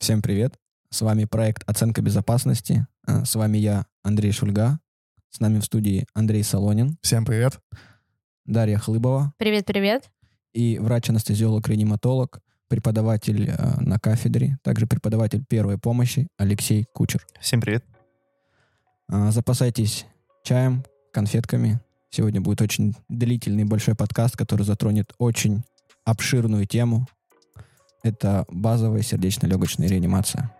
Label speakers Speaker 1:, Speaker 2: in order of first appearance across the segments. Speaker 1: Всем привет. С вами проект «Оценка безопасности». Э, С вами я, Андрей Шульга. С нами в студии Андрей Солонин,
Speaker 2: Всем привет.
Speaker 1: Дарья Хлыбова
Speaker 3: Привет-привет.
Speaker 1: и врач-анестезиолог-реаниматолог, преподаватель э, на кафедре, также преподаватель первой помощи Алексей Кучер.
Speaker 4: Всем привет.
Speaker 1: А, Запасайтесь чаем, конфетками. Сегодня будет очень длительный большой подкаст, который затронет очень обширную тему. Это базовая сердечно-легочная реанимация.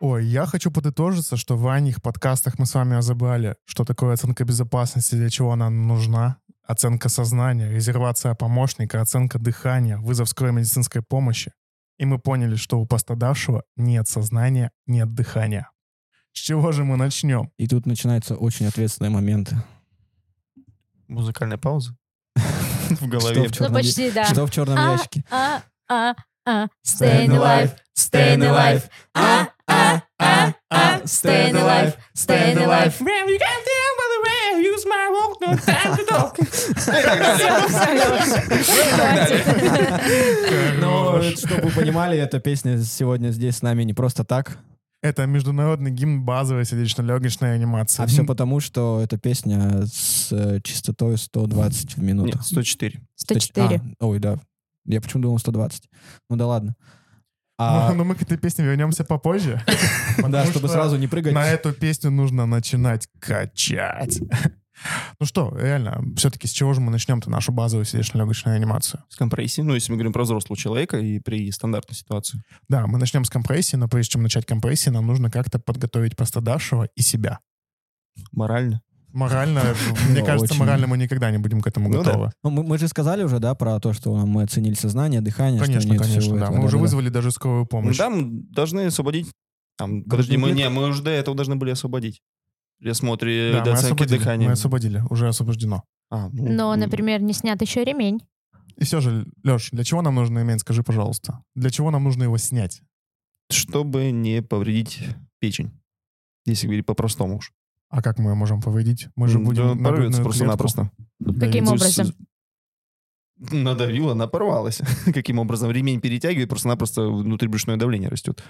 Speaker 2: Ой, я хочу подытожиться, что в ранних подкастах мы с вами разобрали, что такое оценка безопасности, для чего она нужна, оценка сознания, резервация помощника, оценка дыхания, вызов скорой медицинской помощи. И мы поняли, что у пострадавшего нет сознания, нет дыхания. С чего же мы начнем?
Speaker 1: И тут начинаются очень ответственные моменты.
Speaker 4: Музыкальная пауза в
Speaker 1: Что
Speaker 4: голове.
Speaker 1: в чёрном
Speaker 3: Ну, почти, да.
Speaker 1: Что в черном
Speaker 3: А,
Speaker 1: ящике?
Speaker 3: А, а, а, stay alive, stay alive. А, а, а, а, stay alive, stay alive.
Speaker 1: Но,
Speaker 2: Хорош.
Speaker 1: чтобы Ну, вы понимали, эта песня сегодня здесь с нами не просто так,
Speaker 2: Это международный гимн базовой сердечно-легочной анимации. Ну,
Speaker 1: а все потому, что эта песня с э, частотой 120 в
Speaker 2: Ну,
Speaker 1: минуту.
Speaker 4: Нет, 104.
Speaker 3: 104.
Speaker 1: А, ой, да. Я почему думал 120. Ну да ладно. А,
Speaker 2: Но, но ну, мы к этой песне вернемся попозже.
Speaker 1: да,
Speaker 2: потому
Speaker 1: чтобы
Speaker 2: что
Speaker 1: сразу не прыгать.
Speaker 2: На эту песню нужно начинать качать. Ну что, реально, все-таки с чего же мы начнем-то нашу базовую сердечно-легочную анимацию?
Speaker 4: С компрессией. Ну, если мы говорим про взрослого человека и при стандартной ситуации.
Speaker 2: Да, мы начнем с компрессии, но прежде чем начать компрессии, нам нужно как-то подготовить пострадавшего и себя.
Speaker 4: Морально.
Speaker 2: Морально, мне
Speaker 1: Ну,
Speaker 2: кажется,
Speaker 1: очень.
Speaker 2: морально мы никогда не будем к этому
Speaker 4: Ну да.
Speaker 2: готовы.
Speaker 1: Ну, мы, мы же сказали уже, да, про то, что мы оценили сознание, дыхание. что
Speaker 2: Конечно,
Speaker 1: нет всего
Speaker 2: конечно, да.
Speaker 1: этого.
Speaker 2: Мы уже
Speaker 1: Да-да-да.
Speaker 2: вызвали даже скорую
Speaker 4: Ну
Speaker 2: помощь.
Speaker 4: да, мы должны освободить. Там, подожди, мы не, мы уже до этого должны были освободить. При осмотре
Speaker 2: Да,
Speaker 4: до
Speaker 2: мы
Speaker 4: оценки
Speaker 2: освободили,
Speaker 4: дыхания.
Speaker 2: мы освободили, уже освобождено.
Speaker 4: А, ну,
Speaker 3: Но,
Speaker 4: м,
Speaker 3: например, не снят еще ремень.
Speaker 2: И все же, Леш, для чего нам нужен ремень, скажи, пожалуйста? Для чего нам нужно его снять?
Speaker 4: Чтобы не повредить печень. Если говорить по-простому уж.
Speaker 2: А как мы можем повредить? Мы же
Speaker 4: М,
Speaker 2: будем
Speaker 4: да,
Speaker 2: на грудную
Speaker 4: порвется
Speaker 2: клетку.
Speaker 4: просто-напросто.
Speaker 3: Каким
Speaker 4: То есть,
Speaker 3: образом?
Speaker 4: с- Надавила, она порвалась. Каким образом? Ремень перетягивает, просто-напросто внутрибрюшное давление растет.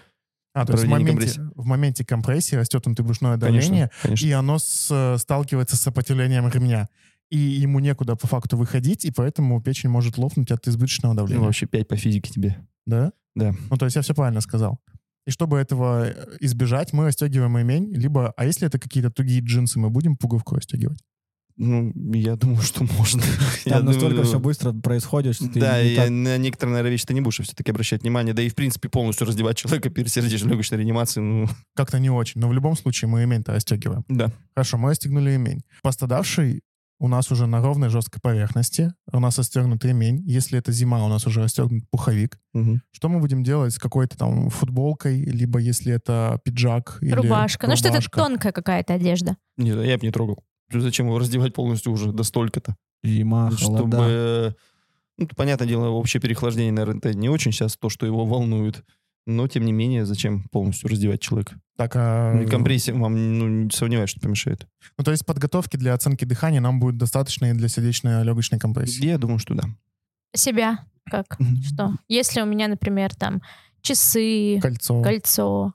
Speaker 2: А, то есть в
Speaker 4: проведение
Speaker 2: моменте, в моменте компрессии растет внутрибрюшное давление,
Speaker 4: Конечно, конечно.
Speaker 2: и оно с- э, сталкивается с сопротивлением ремня. И ему некуда по факту выходить, и поэтому печень может лопнуть от избыточного
Speaker 4: Ну,
Speaker 2: давления.
Speaker 4: вообще 5 по физике тебе.
Speaker 2: Да?
Speaker 4: Да.
Speaker 2: Ну, то есть я все правильно сказал. И чтобы этого э, избежать, мы расстегиваем ремень, либо, а если это какие-то тугие джинсы, мы будем пуговку расстегивать.
Speaker 4: Ну, я думаю, что можно. Я
Speaker 1: Там настолько
Speaker 4: думаю, ну,
Speaker 1: все быстро происходит, что ты
Speaker 4: Да,
Speaker 1: не
Speaker 4: и
Speaker 1: так
Speaker 4: на некоторые, наверное, вещи ты не будешь все-таки обращать внимание. Да и, в принципе, полностью раздевать человека перед сердечно-легочной реанимацией. Ну,
Speaker 2: Как-то не очень, но в любом случае мы ремень-то расстегиваем.
Speaker 4: да.
Speaker 2: Хорошо, мы расстегнули ремень. Пострадавший у нас уже на ровной жесткой поверхности, у нас расстегнут ремень. Если это зима, у нас уже расстегнут пуховик.
Speaker 4: Мгм.
Speaker 2: Что мы будем делать с какой-то там футболкой, либо если это пиджак или
Speaker 3: Рубашка. Ну, что-то
Speaker 2: рубашка?
Speaker 3: тонкая какая-то одежда.
Speaker 4: Нет, я бы не трогал. Зачем его раздевать полностью уже до столько-то?
Speaker 1: зима, холода.
Speaker 4: Чтобы... Ну, это, понятное дело, общее переохлаждение, наверное, это не очень сейчас то, что его волнует. Но, тем не менее, зачем полностью раздевать человека?
Speaker 2: Так, а,
Speaker 4: Ну, и Компрессия вам, ну, не сомневаюсь, что помешает.
Speaker 2: ну то есть подготовки для оценки дыхания нам будет достаточно и для сердечно-легочной компрессии.
Speaker 4: Я думаю, что да.
Speaker 3: Себя как?
Speaker 4: Мгм.
Speaker 3: Что? Если у меня, например, там часы,
Speaker 2: Кольцо.
Speaker 3: кольцо.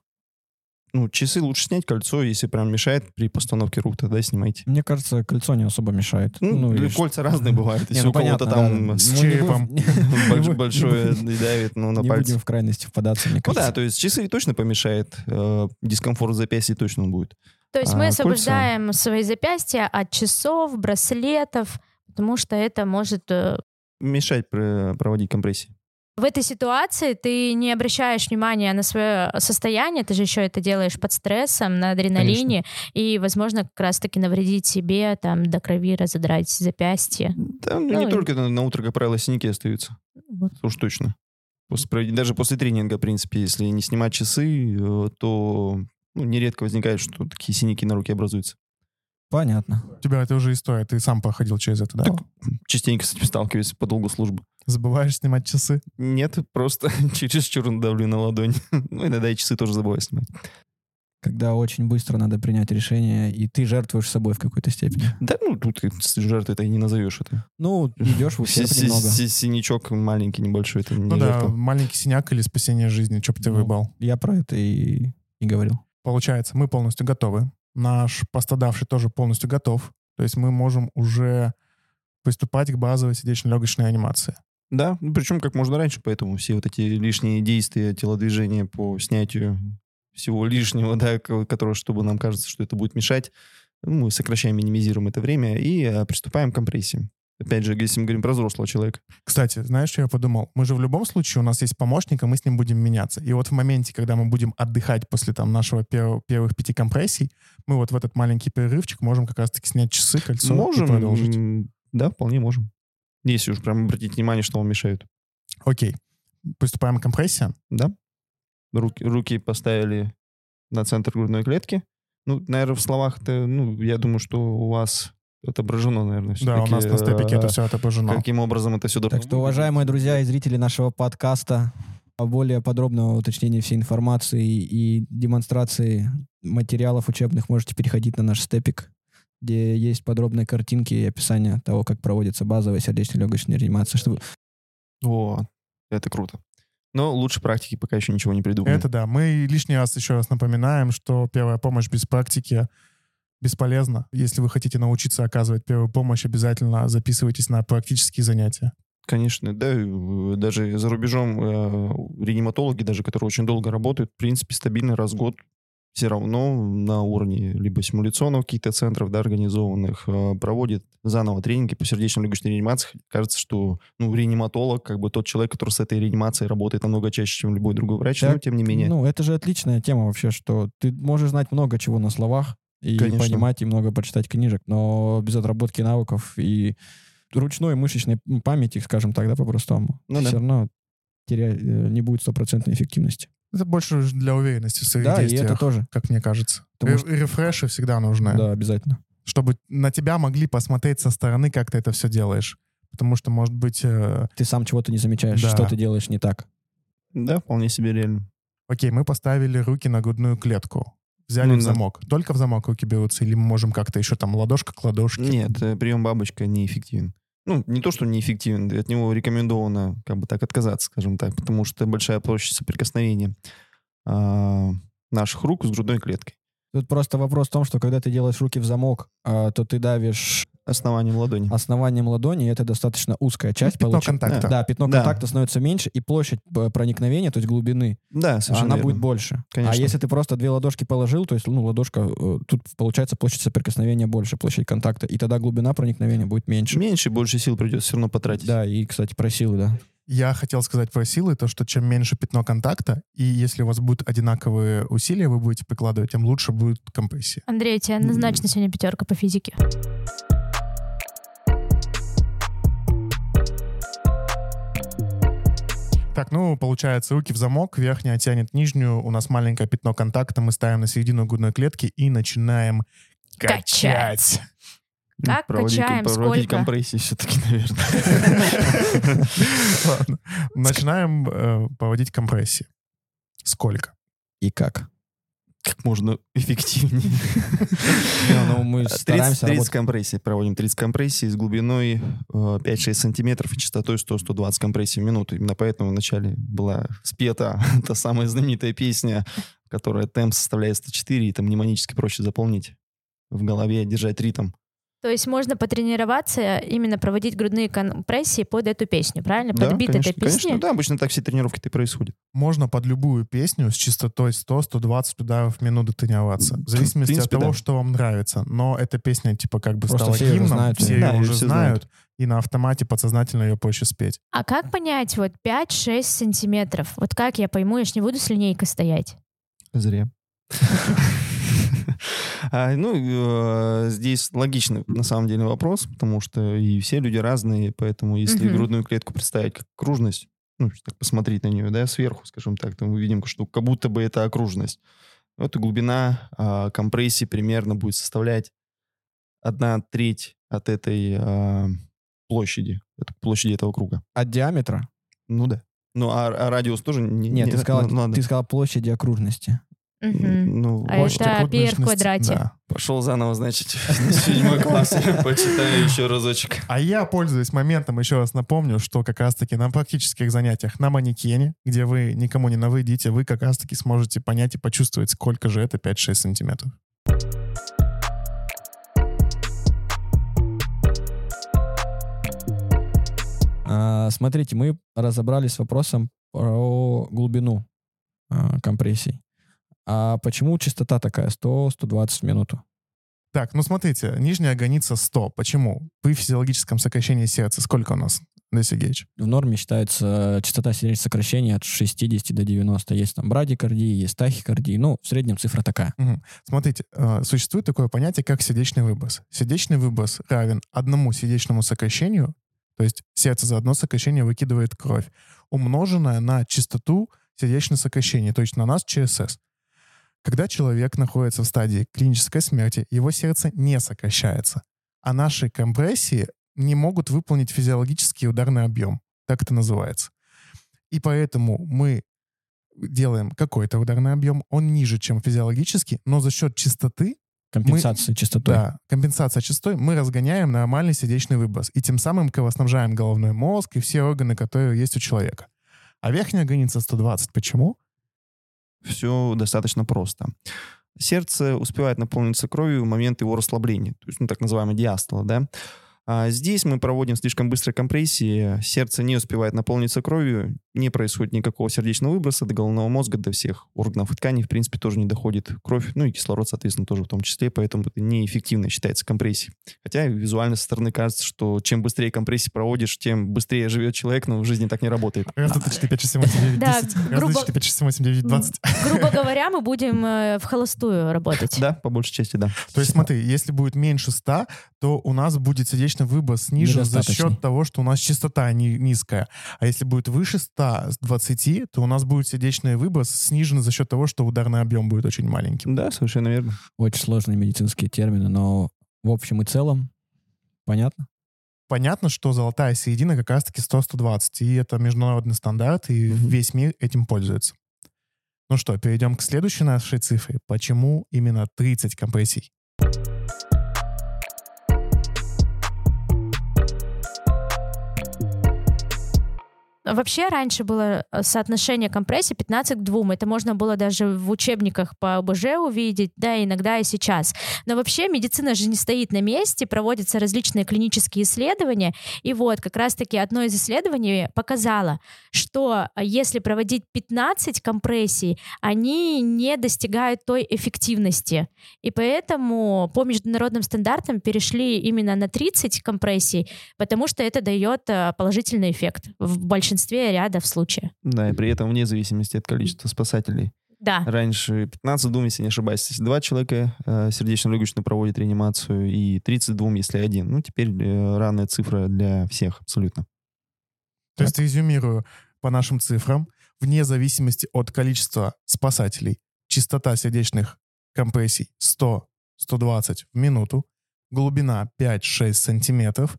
Speaker 4: Ну, часы лучше снять, кольцо, если прям мешает при постановке рук, тогда снимайте.
Speaker 1: Мне кажется, кольцо не особо мешает.
Speaker 4: Ну,
Speaker 1: и
Speaker 4: или
Speaker 1: ш-
Speaker 4: кольца разные бывают.
Speaker 1: Не,
Speaker 4: Если
Speaker 1: ну,
Speaker 4: у кого-то
Speaker 1: понятно,
Speaker 4: там
Speaker 1: да.
Speaker 4: с
Speaker 1: Ну, не будем-
Speaker 2: черепом
Speaker 1: не
Speaker 4: больш-
Speaker 1: будем-
Speaker 4: большое
Speaker 1: не
Speaker 4: давит ну, на
Speaker 1: будем- Не будем
Speaker 4: пальцы.
Speaker 1: в крайности впадаться, мне
Speaker 4: Ну да,
Speaker 1: кажется.
Speaker 4: то есть часы точно помешает, э, дискомфорт запястья точно он будет.
Speaker 3: То есть
Speaker 4: А,
Speaker 3: мы
Speaker 4: кольца?
Speaker 3: освобождаем свои запястья от часов, браслетов, потому что это может э,
Speaker 4: Мешать про- проводить компрессии.
Speaker 3: В этой ситуации ты не обращаешь внимания на свое состояние, ты же еще это делаешь под стрессом, на адреналине, и, возможно, как раз-таки навредить себе, там, до крови разодрать запястье.
Speaker 4: Да, ну,
Speaker 3: Ну
Speaker 4: не
Speaker 3: и-
Speaker 4: только на, на утро, как правило, синяки остаются.
Speaker 3: Вот.
Speaker 4: Это Уж точно. После провед- даже после тренинга, в принципе, если не снимать часы, э, то ну, нередко возникает, что такие синяки на руке образуются.
Speaker 1: Понятно.
Speaker 2: У тебя это уже история, ты сам проходил через это, да?
Speaker 4: Так. Частенько с этим сталкиваюсь по долгу службы.
Speaker 2: Забываешь снимать часы.
Speaker 4: Нет, просто через чур давлю на ладонь. Ну, иногда и часы тоже забываю снимать.
Speaker 1: когда очень быстро надо принять решение, и ты жертвуешь собой в какой-то степени.
Speaker 4: Да, ну тут и с жертвой-то и не назовешь это.
Speaker 1: Ну, идешь в ущерб
Speaker 4: Си- си-
Speaker 1: немного.
Speaker 4: си- Синячок маленький, небольшой, это не
Speaker 2: Ну да,
Speaker 4: жертва.
Speaker 2: маленький синяк или спасение жизни, что бы ты
Speaker 1: Ну.
Speaker 2: выбрал?
Speaker 1: Я про это и, и говорил.
Speaker 2: Получается, мы полностью готовы. Наш пострадавший тоже полностью готов. То есть мы можем уже приступать к базовой сердечно-легочной анимации.
Speaker 4: Да, ну, причем как можно раньше, поэтому все вот эти лишние действия, телодвижения по снятию всего лишнего, да, ко- которого, чтобы нам кажется, что это будет мешать, ну, мы сокращаем, минимизируем это время и э, приступаем к компрессии. Опять же, если мы говорим про взрослого человека.
Speaker 2: Кстати, знаешь, что я подумал? Мы же в любом случае, у нас есть помощник, и мы с ним будем меняться. И вот в моменте, когда мы будем отдыхать после там нашего пер- первых пяти компрессий, мы вот в этот маленький перерывчик можем как раз-таки снять часы, кольцо и продолжить.
Speaker 4: м, Да, вполне можем. Если уж прям обратить внимание, что вам мешает.
Speaker 2: Окей. Приступаем к компрессиям.
Speaker 4: Да? Руки, руки поставили на центр грудной клетки. Ну, наверное, в словах-то, ну, я думаю, что у вас отображено, наверное,
Speaker 2: Да, у
Speaker 4: всё-таки,
Speaker 2: нас на степике это
Speaker 4: э,
Speaker 2: все отображено.
Speaker 4: Каким образом это все
Speaker 1: Так что, уважаемые друзья и зрители нашего подкаста, а более подробного уточнения всей информации и демонстрации материалов учебных можете переходить на наш степик, где есть подробные картинки и описание того, как проводится базовая сердечно-легочная реанимация, чтобы
Speaker 4: О, это круто. Но лучше практики пока еще ничего не придумали.
Speaker 2: Это да. Мы лишний раз еще раз напоминаем, что первая помощь без практики бесполезна. Если вы хотите научиться оказывать первую помощь, обязательно записывайтесь на практические занятия.
Speaker 4: Конечно, да, и, э, даже за рубежом э, реаниматологи, даже которые очень долго работают, в принципе, стабильно раз в год все равно на уровне либо симуляционного каких-то центров, да, организованных, э, проводят заново тренинги по сердечно-легочной реанимации. Кажется, что, ну, реаниматолог, как бы тот человек, который с этой реанимацией работает намного чаще, чем любой другой врач,
Speaker 1: Так,
Speaker 4: но тем не менее.
Speaker 1: Ну, это же отличная тема вообще, что ты можешь знать много чего на словах и
Speaker 4: Конечно.
Speaker 1: понимать, и много почитать книжек, но без отработки навыков и ручной мышечной памяти, скажем так, да, по-простому,
Speaker 4: Ну
Speaker 1: все
Speaker 4: да.
Speaker 1: равно теря- э, не будет стопроцентной эффективности.
Speaker 2: Это больше уж для уверенности в своих
Speaker 1: да, и
Speaker 2: действиях,
Speaker 1: это тоже.
Speaker 2: как мне кажется.
Speaker 1: Потому
Speaker 2: Ре-
Speaker 1: что-
Speaker 2: Рефреши всегда нужны,
Speaker 1: Да, обязательно.
Speaker 2: чтобы на тебя могли посмотреть со стороны, как ты это все делаешь. Потому что, может быть, э,
Speaker 1: Ты сам чего-то не замечаешь,
Speaker 2: Да.
Speaker 1: что ты делаешь не так.
Speaker 4: Да, вполне себе реально.
Speaker 2: окей, мы поставили руки на грудную клетку, взяли
Speaker 4: Ну
Speaker 2: в
Speaker 4: да.
Speaker 2: замок. Только в замок руки берутся, или мы можем как-то еще там ладошка к ладошке?
Speaker 4: Нет, э, прием бабочка неэффективен. Ну, не то, что неэффективен, от него рекомендовано, как бы так, отказаться, скажем так, потому что большая площадь соприкосновения а, наших рук с грудной клеткой,
Speaker 1: Тут просто вопрос в том, что когда ты делаешь руки в замок, а, то ты давишь
Speaker 4: основанием ладони.
Speaker 1: А, основанием ладони, и это достаточно узкая часть. э,
Speaker 2: Пятно
Speaker 1: получи-
Speaker 2: контакта.
Speaker 1: Да, пятно
Speaker 4: Да.
Speaker 1: контакта становится меньше, и площадь э, проникновения, то есть глубины,
Speaker 4: Да, совершенно
Speaker 1: она
Speaker 4: верно.
Speaker 1: будет больше. А
Speaker 4: Конечно.
Speaker 1: если ты просто две ладошки положил, то есть, ну, ладошка, э, тут получается площадь соприкосновения больше, площадь контакта, и тогда глубина проникновения будет меньше.
Speaker 4: Меньше, больше сил придется все равно потратить.
Speaker 1: Да, и, кстати, про силы, да.
Speaker 2: Я хотел сказать про силы, то, что чем меньше пятно контакта, и если у вас будут одинаковые усилия, вы будете прикладывать, тем лучше будет компрессия.
Speaker 3: Андрей, у тебя однозначно сегодня пятерка по физике.
Speaker 2: Так, ну, получается, руки в замок, верхняя тянет нижнюю, у нас маленькое пятно контакта, мы ставим на середину грудной клетки и начинаем качать.
Speaker 3: Качать. Как
Speaker 4: Проводить-
Speaker 3: качаем,
Speaker 4: проводить
Speaker 3: сколько?
Speaker 4: компрессии все-таки, наверное.
Speaker 2: Ладно. Начинаем э, проводить компрессии. Сколько?
Speaker 1: И как?
Speaker 4: Как можно эффективнее.
Speaker 1: Не, ну, мы
Speaker 4: 30,
Speaker 1: стараемся
Speaker 4: 30
Speaker 1: работать.
Speaker 4: компрессий проводим. 30 компрессий с глубиной э, 5-6 сантиметров и частотой 100-120 компрессий в минуту. Именно поэтому вначале была спета та самая знаменитая песня, которая темп составляет 104, и там мнемонически проще заполнить в голове, держать ритм.
Speaker 3: То есть можно потренироваться, именно проводить грудные компрессии под эту песню, правильно?
Speaker 4: Да,
Speaker 3: Под бит
Speaker 4: конечно,
Speaker 3: этой песни.
Speaker 4: конечно. Да, обычно так все тренировки-то и происходят.
Speaker 2: Можно под любую песню с частотой 100-120 ударов в минуту тренироваться. В
Speaker 4: В
Speaker 2: зависимости от
Speaker 4: принципе,
Speaker 2: того,
Speaker 4: да.
Speaker 2: что вам нравится. Но эта песня типа как бы
Speaker 1: Просто
Speaker 2: стала
Speaker 1: все её уже
Speaker 2: гимном,
Speaker 1: знают,
Speaker 2: все ее
Speaker 4: да. Да, её
Speaker 2: уже
Speaker 4: все
Speaker 2: знают,
Speaker 4: знают.
Speaker 2: и на автомате подсознательно ее проще спеть.
Speaker 3: А как понять вот 5-6 сантиметров? Вот как я пойму, я ж не буду с линейкой стоять.
Speaker 4: Зря. А, ну, э, здесь логичный, на самом деле, вопрос, потому что и все люди разные, поэтому если
Speaker 3: Мгм.
Speaker 4: грудную клетку представить как окружность, ну, если так посмотреть на нее, да, сверху, скажем так, то мы видим, что как будто бы это окружность. Вот и глубина а, компрессии примерно будет составлять одна треть от этой а, площади, от площади этого круга.
Speaker 1: От диаметра?
Speaker 4: Ну да. Ну, а, а радиус тоже не...
Speaker 1: Нет,
Speaker 4: не-
Speaker 1: ты сказал,
Speaker 4: ну, ладно.
Speaker 1: ты сказал площади окружности.
Speaker 3: Мгм.
Speaker 4: Ну,
Speaker 3: А
Speaker 4: вот.
Speaker 3: это пи эр в
Speaker 2: Мощность,
Speaker 3: квадрате.
Speaker 2: да.
Speaker 4: Пошел заново, значит, на седьмой класс. Почитаю еще разочек.
Speaker 2: А я, пользуясь моментом, еще раз напомню, что как раз-таки на практических занятиях на манекене, где вы никому не навредите, вы как раз-таки сможете понять и почувствовать, сколько же это 5-6 сантиметров.
Speaker 1: А, Смотрите, мы разобрались с вопросом про глубину а, компрессий. А почему частота такая 100-120 в минуту?
Speaker 2: Так, ну смотрите, нижняя граница 100. Почему? При физиологическом сокращении сердца сколько у нас, Андрей Сергеевич?
Speaker 1: В норме считается э, частота сердечного сокращения от 60 до 90. Есть там брадикардии, есть тахикардии. Ну, в среднем цифра такая.
Speaker 2: Смотрите, э, существует такое понятие, как сердечный выброс. Сердечный выброс равен одному сердечному сокращению, то есть сердце за одно сокращение выкидывает кровь, умноженное на частоту сердечного сокращения, то есть на нас ЧСС. Когда человек находится в стадии клинической смерти, его сердце не сокращается, а наши компрессии не могут выполнить физиологический ударный объем. Так это называется. И поэтому мы делаем какой-то ударный объем, он ниже, чем физиологический, но за счет частоты,
Speaker 1: Компенсация частотой.
Speaker 2: да, компенсация частотой, мы разгоняем нормальный сердечный выброс. И тем самым кровоснабжаем головной мозг и все органы, которые есть у человека. А верхняя граница 120. Почему?
Speaker 4: Все достаточно просто. Сердце успевает наполниться кровью в момент его расслабления, то есть, ну, так называемая диастола, да. А здесь мы проводим слишком быстрые компрессии, сердце не успевает наполниться кровью, не происходит никакого сердечного выброса до головного мозга, до всех органов и тканей, в принципе, тоже не доходит кровь, ну и кислород, соответственно, тоже в том числе, поэтому это неэффективно считается компрессией. Хотя визуально со стороны кажется, что чем быстрее компрессии проводишь, тем быстрее живет человек, но в жизни так не работает.
Speaker 2: Раз, два, три, четыре, пять, шесть, семь, восемь, девять,
Speaker 3: Да,
Speaker 2: десять. Раз, два,
Speaker 3: грубо-
Speaker 2: четыре, пять, шесть, семь, восемь, девять, двадцать.
Speaker 3: Грубо говоря, мы будем э, в холостую работать.
Speaker 4: Да, по большей части, да.
Speaker 2: То есть смотри, если будет меньше 100, то у нас будет сердечный выброс ниже за
Speaker 1: Недостаточный.
Speaker 2: счет того, что у нас частота ни- низкая. А если будет выше 100, с 20, то у нас будет сердечный выброс снижен за счет того, что ударный объем будет очень маленьким.
Speaker 4: Да, совершенно верно.
Speaker 1: Очень сложные медицинские термины, но в общем и целом понятно.
Speaker 2: Понятно, что золотая середина как раз-таки 100-120, и это международный стандарт, и весь мир этим пользуется. Ну что, перейдем к следующей нашей цифре. Почему именно 30 компрессий?
Speaker 3: Вообще раньше было э, соотношение компрессии 15 к 2. Это можно было даже в учебниках по ОБЖ увидеть, да, иногда и сейчас. Но вообще медицина же не стоит на месте, проводятся различные клинические исследования. И вот как раз-таки одно из исследований показало, что э, если проводить 15 компрессий, они не достигают той эффективности. И поэтому по международным стандартам перешли именно на 30 компрессий, потому что это дает э, положительный эффект в большинстве рядов случаев.
Speaker 4: Да, и при этом вне зависимости от количества спасателей.
Speaker 3: Да.
Speaker 4: Раньше 15 двум, если не ошибаюсь, если два человека э, сердечно-легочную проводит реанимацию, и 32, если один. Ну, теперь э, равная цифра для всех абсолютно.
Speaker 2: То есть, резюмирую по нашим цифрам, вне зависимости от количества спасателей, частота сердечных компрессий 100-120 в минуту, глубина 5-6 сантиметров,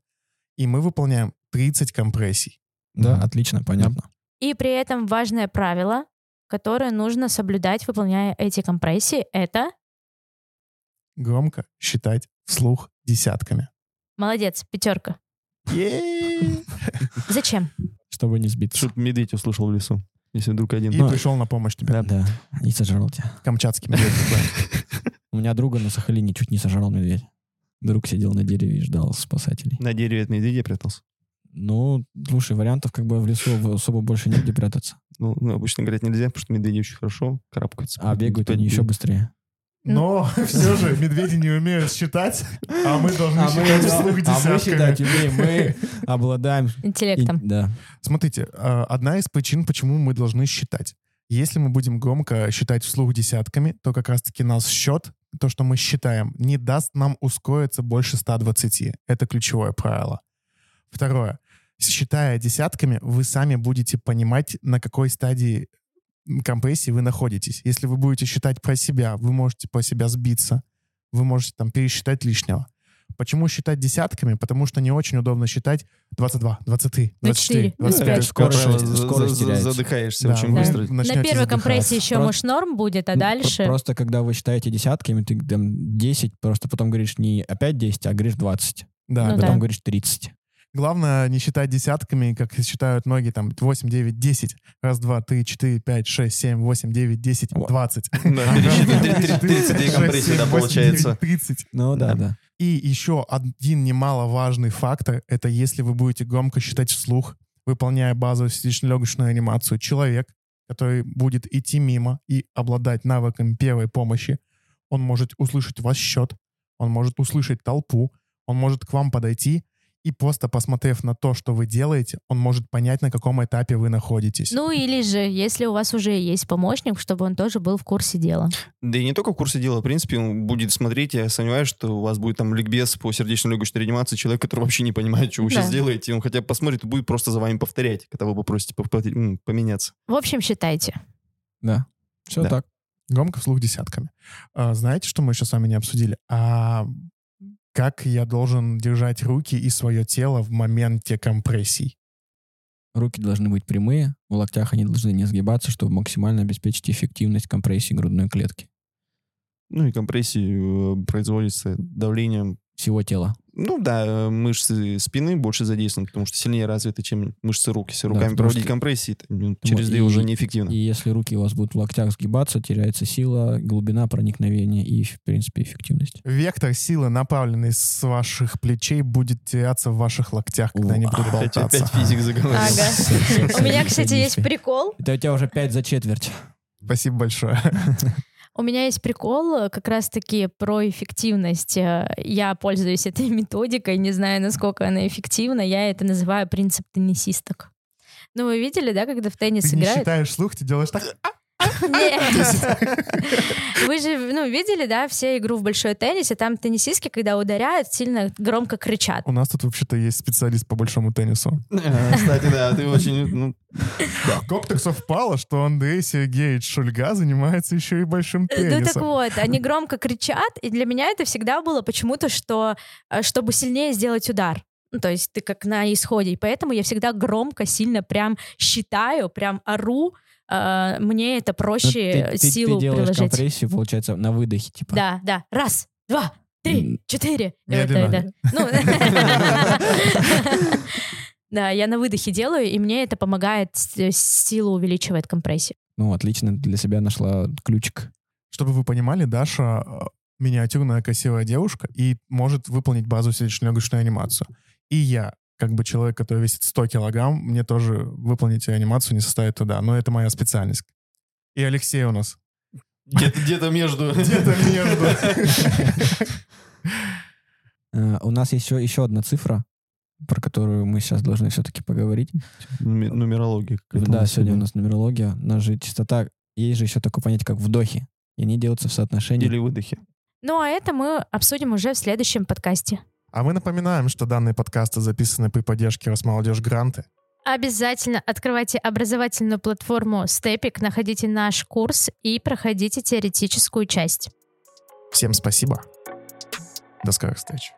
Speaker 2: и мы выполняем 30 компрессий.
Speaker 1: Да,
Speaker 4: Мгм.
Speaker 1: отлично, понятно.
Speaker 3: И при этом важное правило, которое нужно соблюдать, выполняя эти компрессии, это
Speaker 2: Громко считать вслух десятками.
Speaker 3: молодец, пятерка. Зачем?
Speaker 1: Чтобы не сбиться.
Speaker 4: Чтоб медведь услышал в лесу, если вдруг один.
Speaker 2: И
Speaker 1: Ну,
Speaker 2: пришел на помощь тебе,
Speaker 1: Да, да. И сожрал тебя.
Speaker 2: камчатский медведь такой.
Speaker 1: У меня друга на Сахалине чуть не сожрал медведь. Друг сидел на дереве и ждал спасателей.
Speaker 4: На дереве от медведя прятался.
Speaker 1: Ну, слушай, вариантов как бы в лесу особо больше негде прятаться.
Speaker 4: Ну, ну, обычно говорят нельзя, потому что медведи очень хорошо карабкаются.
Speaker 1: А бегают они еще быстрее.
Speaker 2: Но все же медведи не умеют считать, а мы должны считать вслух десятками.
Speaker 1: мы обладаем...
Speaker 3: Интеллектом.
Speaker 1: Да.
Speaker 2: Смотрите, э, одна из причин, почему мы должны считать. Если мы будем громко считать вслух десятками, то как раз-таки нас счет, то, что мы считаем, не даст нам ускориться больше 120. Это ключевое правило. Второе. Считая десятками, вы сами будете понимать, на какой стадии компрессии вы находитесь. Если вы будете считать про себя, вы можете про себя сбиться, вы можете там пересчитать лишнего. Почему считать десятками? Потому что не очень удобно считать 22, 20, 24,
Speaker 3: 24,
Speaker 2: 25.
Speaker 1: Опять скорость-
Speaker 4: Как правило, за-
Speaker 1: скорость
Speaker 4: за- за-
Speaker 1: теряется.
Speaker 4: задыхаешься
Speaker 2: Да,
Speaker 4: очень
Speaker 2: вы
Speaker 4: быстро.
Speaker 2: начнёте
Speaker 3: На первой
Speaker 2: задыхаться.
Speaker 3: компрессии еще,
Speaker 1: Просто-
Speaker 3: может, норм будет, а
Speaker 1: Ну,
Speaker 3: дальше...
Speaker 1: про- Просто когда вы считаете десятками, ты там 10, просто потом говоришь не опять 10, а говоришь 20.
Speaker 2: Да,
Speaker 3: Ну
Speaker 1: а
Speaker 2: да.
Speaker 1: потом
Speaker 3: да.
Speaker 1: говоришь 30.
Speaker 2: Главное не считать десятками, как считают ноги, там 8, 9, 10. Раз, два, три, четыре, пять, шесть, семь, восемь, девять, десять,
Speaker 1: Вот.
Speaker 2: двадцать.
Speaker 4: Да, пересчитывай. Три- три- 30 дней Ну, компрессии, да, получается.
Speaker 2: 30.
Speaker 1: Ну да,
Speaker 4: Да.
Speaker 1: да.
Speaker 2: И еще один немаловажный фактор — это если вы будете громко считать вслух, выполняя базовую сердечно-легочную анимацию, человек, который будет идти мимо и обладать навыками первой помощи, он может услышать ваш счет, он может услышать толпу, он может к вам подойти, и просто посмотрев на то, что вы делаете, он может понять, на каком этапе вы находитесь.
Speaker 3: Ну или же, если у вас уже есть помощник, чтобы он тоже был в курсе дела.
Speaker 4: Да и не только в курсе дела, в принципе, он будет смотреть, я сомневаюсь, что у вас будет там ликбез по сердечно-легочной реанимации, человек, который вообще не понимает, что вы
Speaker 3: Да.
Speaker 4: сейчас делаете, он хотя бы посмотрит и будет просто за вами повторять, когда вы попросите повтор- м, поменяться.
Speaker 3: В общем, считайте.
Speaker 1: Да. Все
Speaker 4: Да.
Speaker 1: так.
Speaker 2: Громко вслух десятками. А, знаете, что мы еще с вами не обсудили? А как я должен держать руки и свое тело в моменте компрессий?
Speaker 1: Руки должны быть прямые, в локтях они должны не сгибаться, чтобы максимально обеспечить эффективность компрессии грудной клетки.
Speaker 4: Ну и компрессии э, производится давлением,
Speaker 1: Всего тела.
Speaker 4: ну да, э, мышцы спины больше задействованы, потому что сильнее развиты, чем мышцы рук. Если
Speaker 1: Да,
Speaker 4: руками
Speaker 1: потому
Speaker 4: проводить
Speaker 1: что-
Speaker 4: компрессии, то, ну, через
Speaker 1: Вот,
Speaker 4: две
Speaker 1: и-
Speaker 4: уже неэффективно.
Speaker 1: И если руки у вас будут в локтях сгибаться, теряется сила, глубина проникновения и, в принципе, эффективность.
Speaker 2: Вектор силы, направленный с ваших плечей, будет теряться в ваших локтях, когда они будут
Speaker 4: Опять,
Speaker 2: болтаться.
Speaker 4: опять физик заговорил.
Speaker 3: Ага. У меня, кстати, есть
Speaker 1: Садись.
Speaker 3: прикол.
Speaker 1: Это у тебя уже 5 за четверть. Ну,
Speaker 2: Спасибо большое.
Speaker 3: У меня есть прикол э, как раз-таки про эффективность. Э, Я пользуюсь этой методикой, не знаю, насколько она эффективна. Я это называю принцип теннисисток. Ну, вы видели, да, когда в теннис
Speaker 2: Ты не
Speaker 3: играют?
Speaker 2: считаешь слух, ты делаешь так.
Speaker 3: Нет. Вы же, ну, видели, да, все игру в большой теннис, и там теннисистки, когда ударяют, сильно громко кричат.
Speaker 2: У нас тут вообще-то есть специалист по большому теннису.
Speaker 4: Э, Кстати, да, ты очень... ну,
Speaker 2: Как так совпало, что Андрей Сергеевич Шульга занимается еще и большим
Speaker 3: Ну так
Speaker 2: теннисом?
Speaker 3: вот, они громко кричат, и для меня это всегда было почему-то, что э, чтобы сильнее сделать удар. Ну, то есть ты как на исходе. И поэтому я всегда громко, сильно прям считаю, прям ору. Э, мне это
Speaker 1: Ну,
Speaker 3: проще
Speaker 1: ты, ты- ты
Speaker 3: силу
Speaker 1: делаешь
Speaker 3: приложить.
Speaker 1: компрессию, получается, на выдохе, типа.
Speaker 3: Да, да. Раз, два, три,
Speaker 1: М.
Speaker 3: четыре. И
Speaker 2: Медленно.
Speaker 3: вот так, да. Ну, Да, я на выдохе делаю, и мне это помогает, э, силу увеличивает компрессию.
Speaker 1: Ну, отлично, для себя нашла ключик.
Speaker 2: Чтобы вы понимали, Даша э, миниатюрная красивая девушка и может выполнить базу сердечно-легочную анимацию. И я, как бы человек, который весит 100 килограмм, мне тоже выполнить анимацию не составит труда. Но это моя специальность. И Алексей у нас.
Speaker 4: Где-то где-то между...
Speaker 2: Где-то между.
Speaker 1: Э, у нас еще, еще одна цифра, про которую мы сейчас должны все-таки поговорить.
Speaker 4: Нуме- Нумерология. какая-то
Speaker 1: Да,
Speaker 4: нас
Speaker 1: сегодня у нас нумерология, у нас же частота. Есть же еще такое понятие, как вдохи. И они делаются в соотношении.
Speaker 4: Или выдохи.
Speaker 3: Ну, а это мы обсудим уже в следующем подкасте.
Speaker 2: А мы напоминаем, что данные подкасты записаны при поддержке Росмолодежь Гранты.
Speaker 3: Обязательно открывайте образовательную платформу Степик, находите наш курс и проходите теоретическую часть.
Speaker 2: Всем спасибо. До скорых встреч.